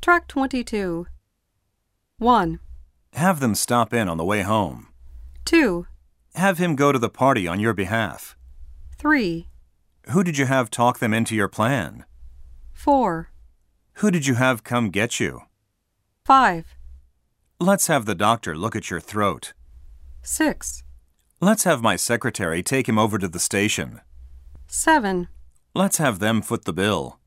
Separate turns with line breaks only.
Track 22. 1,
Have them stop in on the way home.
2,
Have him go to the party on your behalf.
3,
Who did you have talk them into your plan?
4,
Who did you have come get you?
5,
Let's have the doctor look at your throat.
6,
Let's have my secretary take him over to the station.
7,
Let's have them foot the bill.